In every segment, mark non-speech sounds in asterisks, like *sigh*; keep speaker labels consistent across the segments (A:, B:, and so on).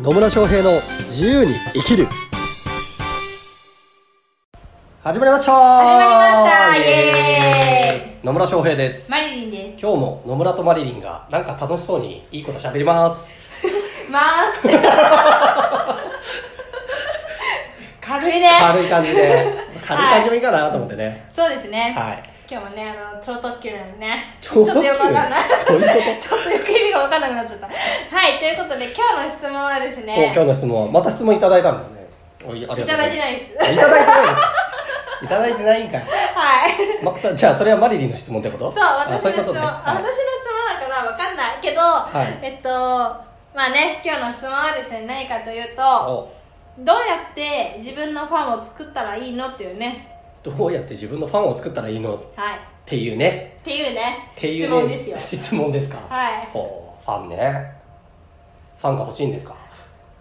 A: 野村翔平の自由に生きる始まりました
B: 始まりましたイエ
A: 野村翔平です
B: マリリンです。
A: 今日も野村とマリリンがなんか楽しそうにいいこと喋ります
B: まーす。 *laughs* 軽いね。
A: 軽い感
B: *laughs*
A: じで軽い感じもいいかなと思ってね
B: そうですね。
A: はい
B: 今日もね、あの超特急なのね。
A: 超
B: ちょっとよくわかんない。
A: どういうこ
B: *laughs* ちょっとよく意味がわかんなくなっちゃった。はい、ということで今日の質問はです
A: お今日
B: ね、
A: の質問また質問いただいたんですねおいあり
B: い
A: がとう
B: た
A: ござ
B: だ
A: い
B: いて
A: ま
B: な
A: *laughs*
B: いです。
A: すいただいてないいただいてないんかい、
B: はい。
A: ま、そじゃあそれはマリリンの質問ってこと
B: そう、私の質
A: こと
B: 問、
A: ね
B: 私の質問だからわかんないけど、
A: い
B: えっと、まあね、今日の質問はですね、何かという
A: はい
B: と、
A: お
B: どうやって自分のファンを作ったらいいのっていうね。
A: どうやって自分のファンを作ったらいいのっ
B: はい。
A: ていうね
B: っていうね
A: っていう
B: 質
A: ね *laughs*
B: 問ですよ
A: 質問ですか
B: はい
A: ほうファンねファンが欲しいんですか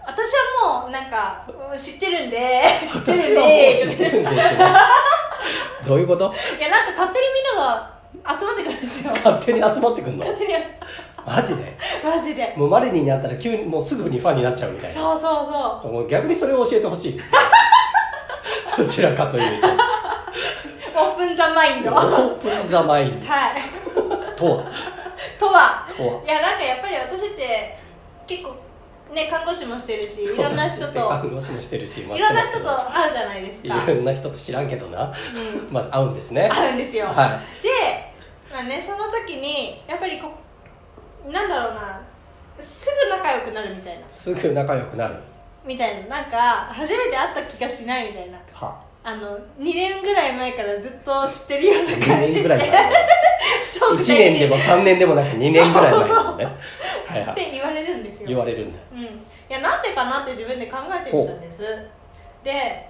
B: 私はもうなんかうん知ってるんで知ってる
A: 私
B: ん
A: はも
B: で
A: う知ってるんですけどどういうこと
B: いやなんか勝手にみんなが集まってくるんですよ
A: 勝手に集まってくんの
B: 勝手にやっ
A: マジで
B: マジで
A: もうマリリンに会ったら急にもうすぐにファンになっちゃうみたい
B: そうそうそ
A: なもう逆にそれを教えてほしいです *laughs* どちらかというと
B: うオープンザマインド
A: オ
B: はい
A: ープンザマインドとは
B: とは
A: とはい
B: やなんかやっぱり私って結構ね看護師もしてるしいろんな人とい
A: 看護師もしてる *laughs* しい
B: ろんな人と会うじゃないです
A: い
B: か
A: ろんな人と知らんけどな
B: うん
A: まず会うんですね
B: 会うんですよ
A: はい
B: で、まあね、その時にやっぱりこなんだろうなすぐ仲良くなるみたいな
A: すぐ仲良くなる
B: みたいななんか初めて会った気がしないみたいな
A: は
B: あの2年ぐらい前からずっと知ってるような感
A: 2
B: じ
A: 年
B: で
A: ぐらい
B: *laughs* 超
A: 前1
B: 具体的
A: 年でも3年でもなく2年ぐらい前だもんねはいは
B: っ
A: い
B: て言われるんですよ
A: 言われるんだ
B: うん、いやなんでかなって自分で考えてみたんですで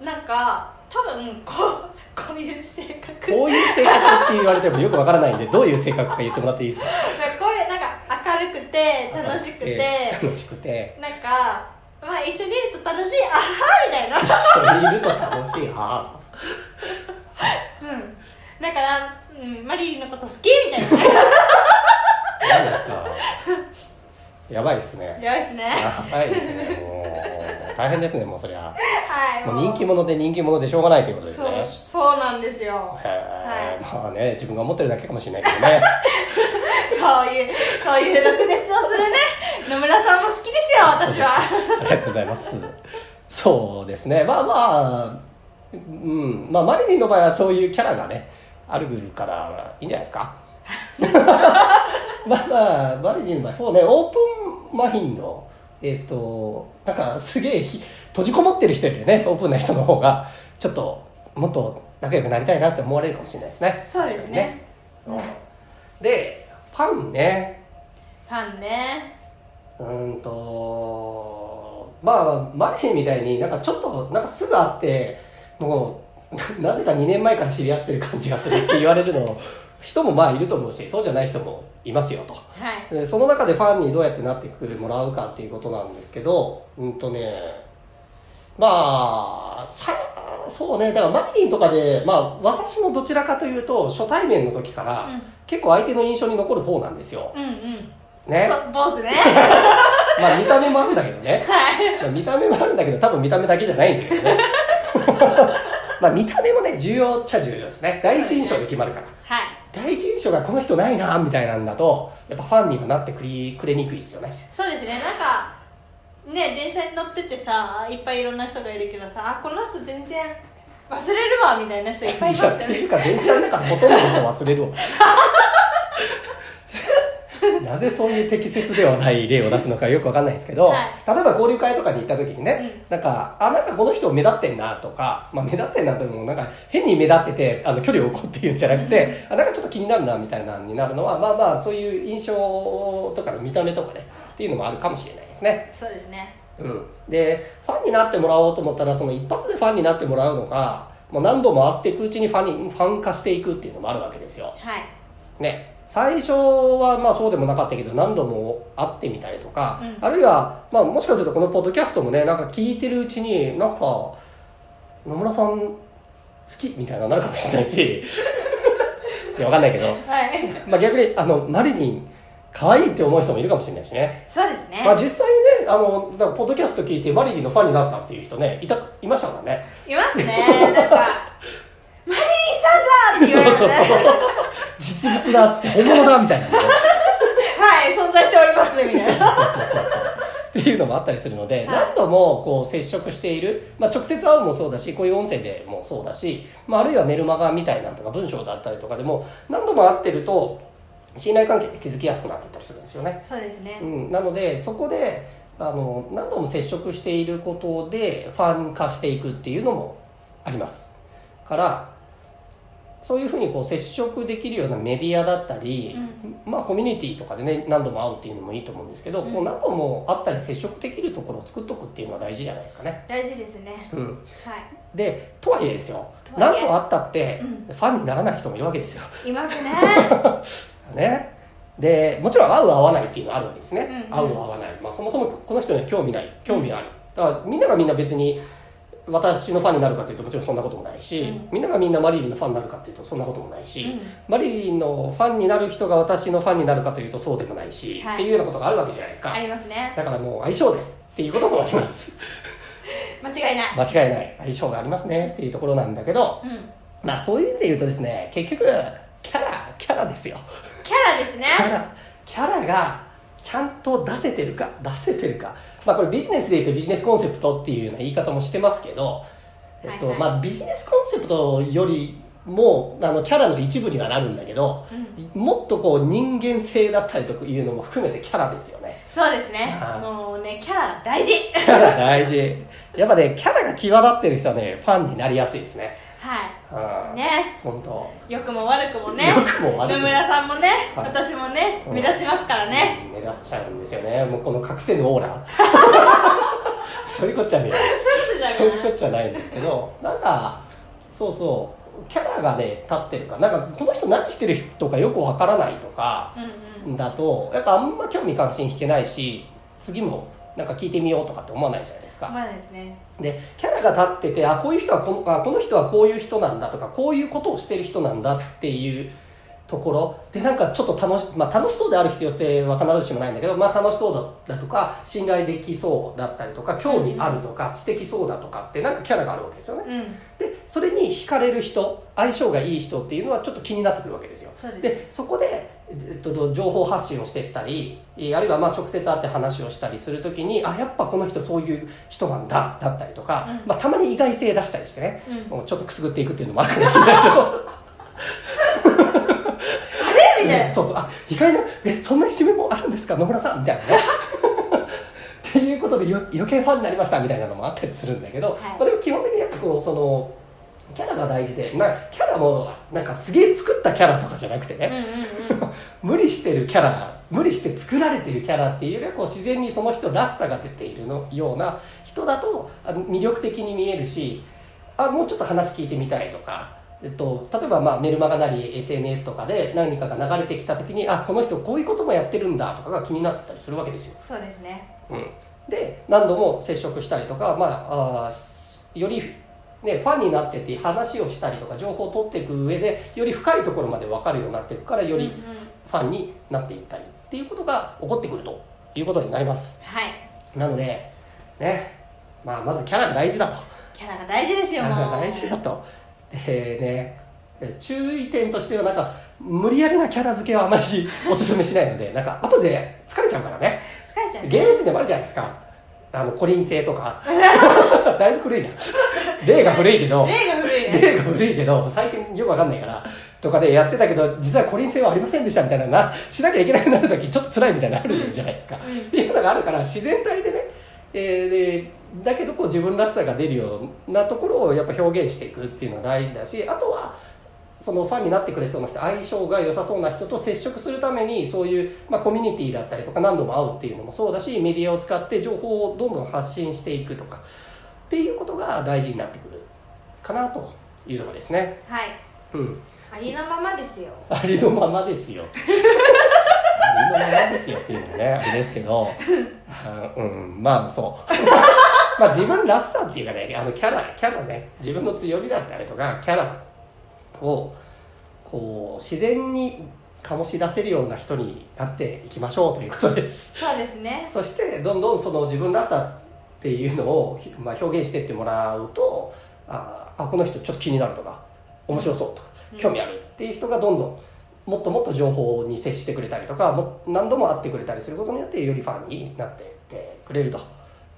B: なんか多分こうこういう性格
A: こういう性格って言われてもよくわからないんでどういう性格か言ってもらっていいですか
B: こういうなんか明るくて楽しくて
A: 楽しくて
B: なんか、まあ、一緒にいると楽しいあはーみたいな、
A: 一緒にいると楽しいあ
B: うん、だから、うん、マリリンのこと好きみ
A: *laughs*
B: たいな
A: ー何ですかやばいっすね
B: やばいですね
A: やばいですねもう大変ですねもうそりゃ
B: はい
A: もう人気者で人気者でしょうがないということです
B: そう
A: ね
B: そうなんですよ
A: へ
B: は
A: ーまあね自分が思ってるだけかもしれないけどね
B: そういうそういう毒舌をするね野村さんも好きですよ私は
A: ありがとうございます。そうですね。まあまあ、うん、まあ、マリリンの場合はそういうキャラがね、あるからいいんじゃないですか。 *laughs* まあまあ、マリリンはそうね、オープンマインド、えっ、と、なんかすげえひ閉じこもってる人よりね、オープンな人の方が、ちょっともっと仲良くなりたいなって思われるかもしれないですね。
B: そうですね
A: 確かにね。うんで、ファンね、
B: ファンね
A: うーんとまあマリシーみたいになんかちょっとなんかすぐ会ってもう *laughs* なぜか2年前から知り合ってる感じがするって言われるの *laughs* 人もまあいると思うしそうじゃない人もいますよと
B: はい
A: でその中でファンにどうやってなってくもらうかっていうことなんですけどうんとねまあさそうねだからマリリンとかでまあ私もどちらかというと初対面の時から結構相手の印象に残る方なんですよ
B: うんうんうん
A: ね
B: そう坊主ね
A: まあ見た目もあるんだけどね
B: はい
A: まあ見た目もあるんだけど多分見た目だけじゃないんだけどね *laughs* まあ見た目もね重要っちゃ重要ですね第一印象で決まるから
B: はい
A: 第一印象がこの人ないなみたいなんだとやっぱファンにはなってくりくれにくいですよね
B: そうですねなんかね電車に乗っててさいっぱいいろんな人がいるけどさあこの人全然忘れるわみたいな人いっぱいいますよ
A: やっ
B: ね
A: ていうか電車の中のほとんどの人忘れ *laughs* るわなぜそういう適切ではない例を出すのかよくわかんないですけど、
B: はい
A: 例えば交流会とかに行った時にね、なんかあなんかこの人目立ってんなとか、まあ、目立ってんなというのもなんか変に目立っててあの距離を置こうっていうんじゃなくて、あなんかちょっと気になるなみたいなのになるのはまあまあそういう印象とか見た目とかねっていうのもあるかもしれないですね。
B: そうですね
A: うん、でファンになってもらおうと思ったらその一発でファンになってもらうのかもう何度も会っていくうちにファンにファン化していくっていうのもあるわけですよ。
B: はい
A: ね、最初はまあそうでもなかったけど何度も会ってみたりとか、
B: うん
A: あるいは、まあ、もしかするとこのポッドキャストもねなんか聞いてるうちになんか野村さん好きみたいなのになるかも *laughs* しれないしいやわかんないけど、
B: はい
A: まあ、逆にあのマリリン可愛いって思う人もいるかもしれないしね。
B: そうですね
A: まあ実際にね、あの、だからポッドキャスト聞いてマリリンのファンになったっていう人ね、いた、いましたからね。
B: いますねなんか「マリリンさんだ!」って言われ
A: そう
B: て、
A: そうそう *laughs*
B: ね、
A: 実物だっつって、本物だみたいなね。
B: はい存在しておりますねみたい
A: *laughs*
B: な
A: っていうのもあったりするので、
B: い
A: 何度もこう接触している、まあ、直接会うもそうだしこういう音声でもそうだし、まあ、あるいはメルマガみたいなのとか文章だったりとかでも何度も会ってると信頼関係って築きやすくなってったりするんですよね、
B: そうですね
A: うん、なのでそこであの何度も接触していることでファン化していくっていうのもありますからそういうふうにこう接触できるようなメディアだったり、まあ、コミュニティとかでね何度も会うっていうのもいいと思うんですけど、
B: うん
A: こう何度も会ったり接触できるところを作っとくっていうのは大事じゃないですかね。
B: 大事ですね
A: うん、
B: は
A: でとはいえですよ
B: とはい
A: 何
B: え
A: 度会ったって
B: うん
A: ファンにならない人もいるわけですよ。
B: いいますね
A: ね、でもちろん会う会わないっていうのはあるわけですね、
B: うん
A: 会う会わない、まあ、そもそもこの人には興味ない興味があるだからみんながみんな別に私のファンになるかっていうともちろんそんなこともないし、
B: うん
A: みんながみんなマリリンのファンになるかっていうとそんなこともないし、
B: うん
A: マリリンのファンになる人が私のファンになるかというとそうでもないし、
B: はい
A: っていうようなことがあるわけじゃないですか、
B: ありますね
A: だからもう相性ですっていうこともあります *laughs*
B: 間違いない
A: 間違いない相性がありますねっていうところなんだけど
B: うん
A: まあそういう意味で言うとですね結局キャラキャラですよ
B: キャラですね
A: キャラキャラがちゃんと出せてるか出せてるかまあこれビジネスで言うとビジネスコンセプトっていうような言い方もしてますけど、えっと
B: はいはい
A: まあ、ビジネスコンセプトよりもあのキャラの一部にはなるんだけど
B: うん
A: もっとこう人間性だったりというのも含めてキャラですよね
B: そうですね
A: はい
B: もうねキャラが大事
A: キャラ大事やっぱねキャラが際立ってる人はねファンになりやすいですね
B: は
A: うん
B: いね
A: 本当
B: 良くも悪くもね
A: 良くも悪
B: 野
A: くも
B: 村さんもね
A: はい
B: 私もね
A: うん
B: 目立ちますからね
A: 目立っちゃうんですよねもうこの隠せぬオー
B: *laughs*
A: ラそういうこっちゃねえよ
B: そ
A: そうう
B: いう
A: いう
B: こと
A: こっちゃないんですけどなんかそうそうキャラがね立ってるからなんかこの人何してる人かよくわからないとか
B: じゃないうんうん
A: だとやっぱあんま興味関心引けないし次もなんか聞いてみようとかって思わないじゃないですか
B: まあですね
A: でキャラが立っててあこういう人はこのあこの人はこういう人なんだとかこういうことをしてる人なんだっていうところでなんかちょっと楽し,、まあ、楽しそうである必要性は必ずしもないんだけど、まあ、楽しそうだだとか信頼できそうだったりとか興味あるとか知的そうだとかってなんかキャラがあるわけですよね
B: うん
A: でそれに惹かれる人相性がいい人っていうのはちょっと気になってくるわけですよ
B: そうです
A: でそこで、えっと、情報発信をしていったりえーあるいはまあ直接会って話をしたりするときにあやっぱこの人そういう人なんだだったりとか、
B: うん
A: まあ、たまに意外性出したりしてね
B: うん
A: もうちょっとくすぐっていくっていうのもあるかもしれないけど
B: みたいな
A: そうそうあ意外なえそんな一面もあるんですか野村さんみたいなね
B: *laughs*
A: っていうことでよ余計ファンになりましたみたいなのもあったりするんだけど、
B: はい
A: まあ、でも基本的にやっぱこうそのキャラが大事でなキャラもなんかすげえ作ったキャラとかじゃなくてね、
B: うんうんうん
A: 無理してるキャラ無理して作られてるキャラっていうよりはこう自然にその人らしさが出ているのような人だとあ魅力的に見えるしあもうちょっと話聞いてみたいとか、えっと、例えばまあメルマガなり SNS とかで何かが流れてきた時にあこの人こういうこともやってるんだとかが気になってたりするわけですよ。
B: そうですね
A: うん、で何度も接触したりとか、まあ、あーしより、ね、ファンになってて話をしたりとか情報を取っていく上でより深いところまで分かるようになっていくからより、
B: うんうん
A: ファンになっていったりっていうことが起こってくるということになります
B: はい
A: なのでね、まあ、まずキャラが大事だと
B: キャラが大事です
A: キ
B: よ
A: ャラ
B: も
A: が
B: う
A: *laughs* 大事だとでね注意点としてはなんか無理やりなキャラ付けはあまりおすすめしないので *laughs* なんか後で疲れちゃうからね
B: 疲れちゃうね
A: 芸能人でもあるじゃないですかあのコリン星と
B: *laughs*
A: かだいぶ古いな例が古いけど
B: 例が古いね
A: 例が古いけど最近よくわかんないからとかでやってたけど実はコリン性はありませんでしたみたいなのなしなきゃいけなくなるときちょっと辛いみたいなのあるじゃないですか、
B: うん
A: っていうのがあるから自然体でね、えーでだけどこう自分らしさが出るようなところをやっぱ表現していくっていうのは大事だしあとはそのファンになってくれそうな人相性が良さそうな人と接触するためにそういう、まあ、コミュニティだったりとか何度も会うっていうのもそうだしメディアを使って情報をどんどん発信していくとかっていうことが大事になってくるかなというところですね。
B: はい
A: うん、
B: ありのままですよ
A: ありのままです *laughs* よ。ありのままですよっていうのもね、あれですけど、あうん、まあそう。ま *laughs* あ自分らしさっていうかね、あのキャラ、キャラね、自分の強みだったりとか、キャラを、こう、自然に醸し出せるような人になっていきましょうということです。
B: そうですね
A: そしてどんどんその自分らしさっていうのを、ひまあ、表現してってもらうとあーあこの人ちょっと気になるとか面白そうとか
B: うん
A: 興味あるっていう人がどんどんもっともっと情報に接してくれたりとかも何度も会ってくれたりすることによってよりファンになってってくれると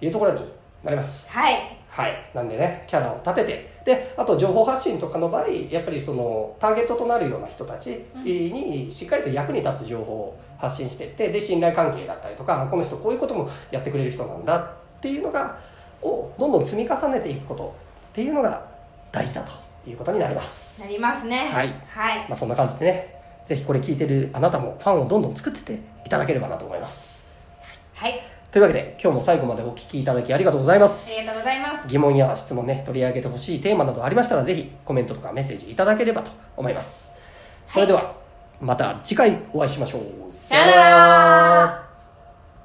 A: いうところになります。
B: はい
A: はい、なんでねキャラを立ててであと情報発信とかの場合やっぱりそのターゲットとなるような人たち
B: うん
A: にしっかりと役に立つ情報を発信していってで信頼関係だったりとかあこの人こういうこともやってくれる人なんだっていうのがをどんどん積み重ねていくことっていうのが大事だということになります。
B: なりますね
A: はい
B: はい
A: まあ、そんな感じでねぜひこれ聞いてるあなたもファンをどんどん作ってっていただければなと思います。
B: はい
A: というわけで今日も最後までお聞きいただきありがとうございます。
B: ありがとうございます
A: 疑問や質問ね取り上げてほしいテーマなどありましたらぜひコメントとかメッセージいただければと思いますそれではまた次回お会いしましょう、
B: さよなら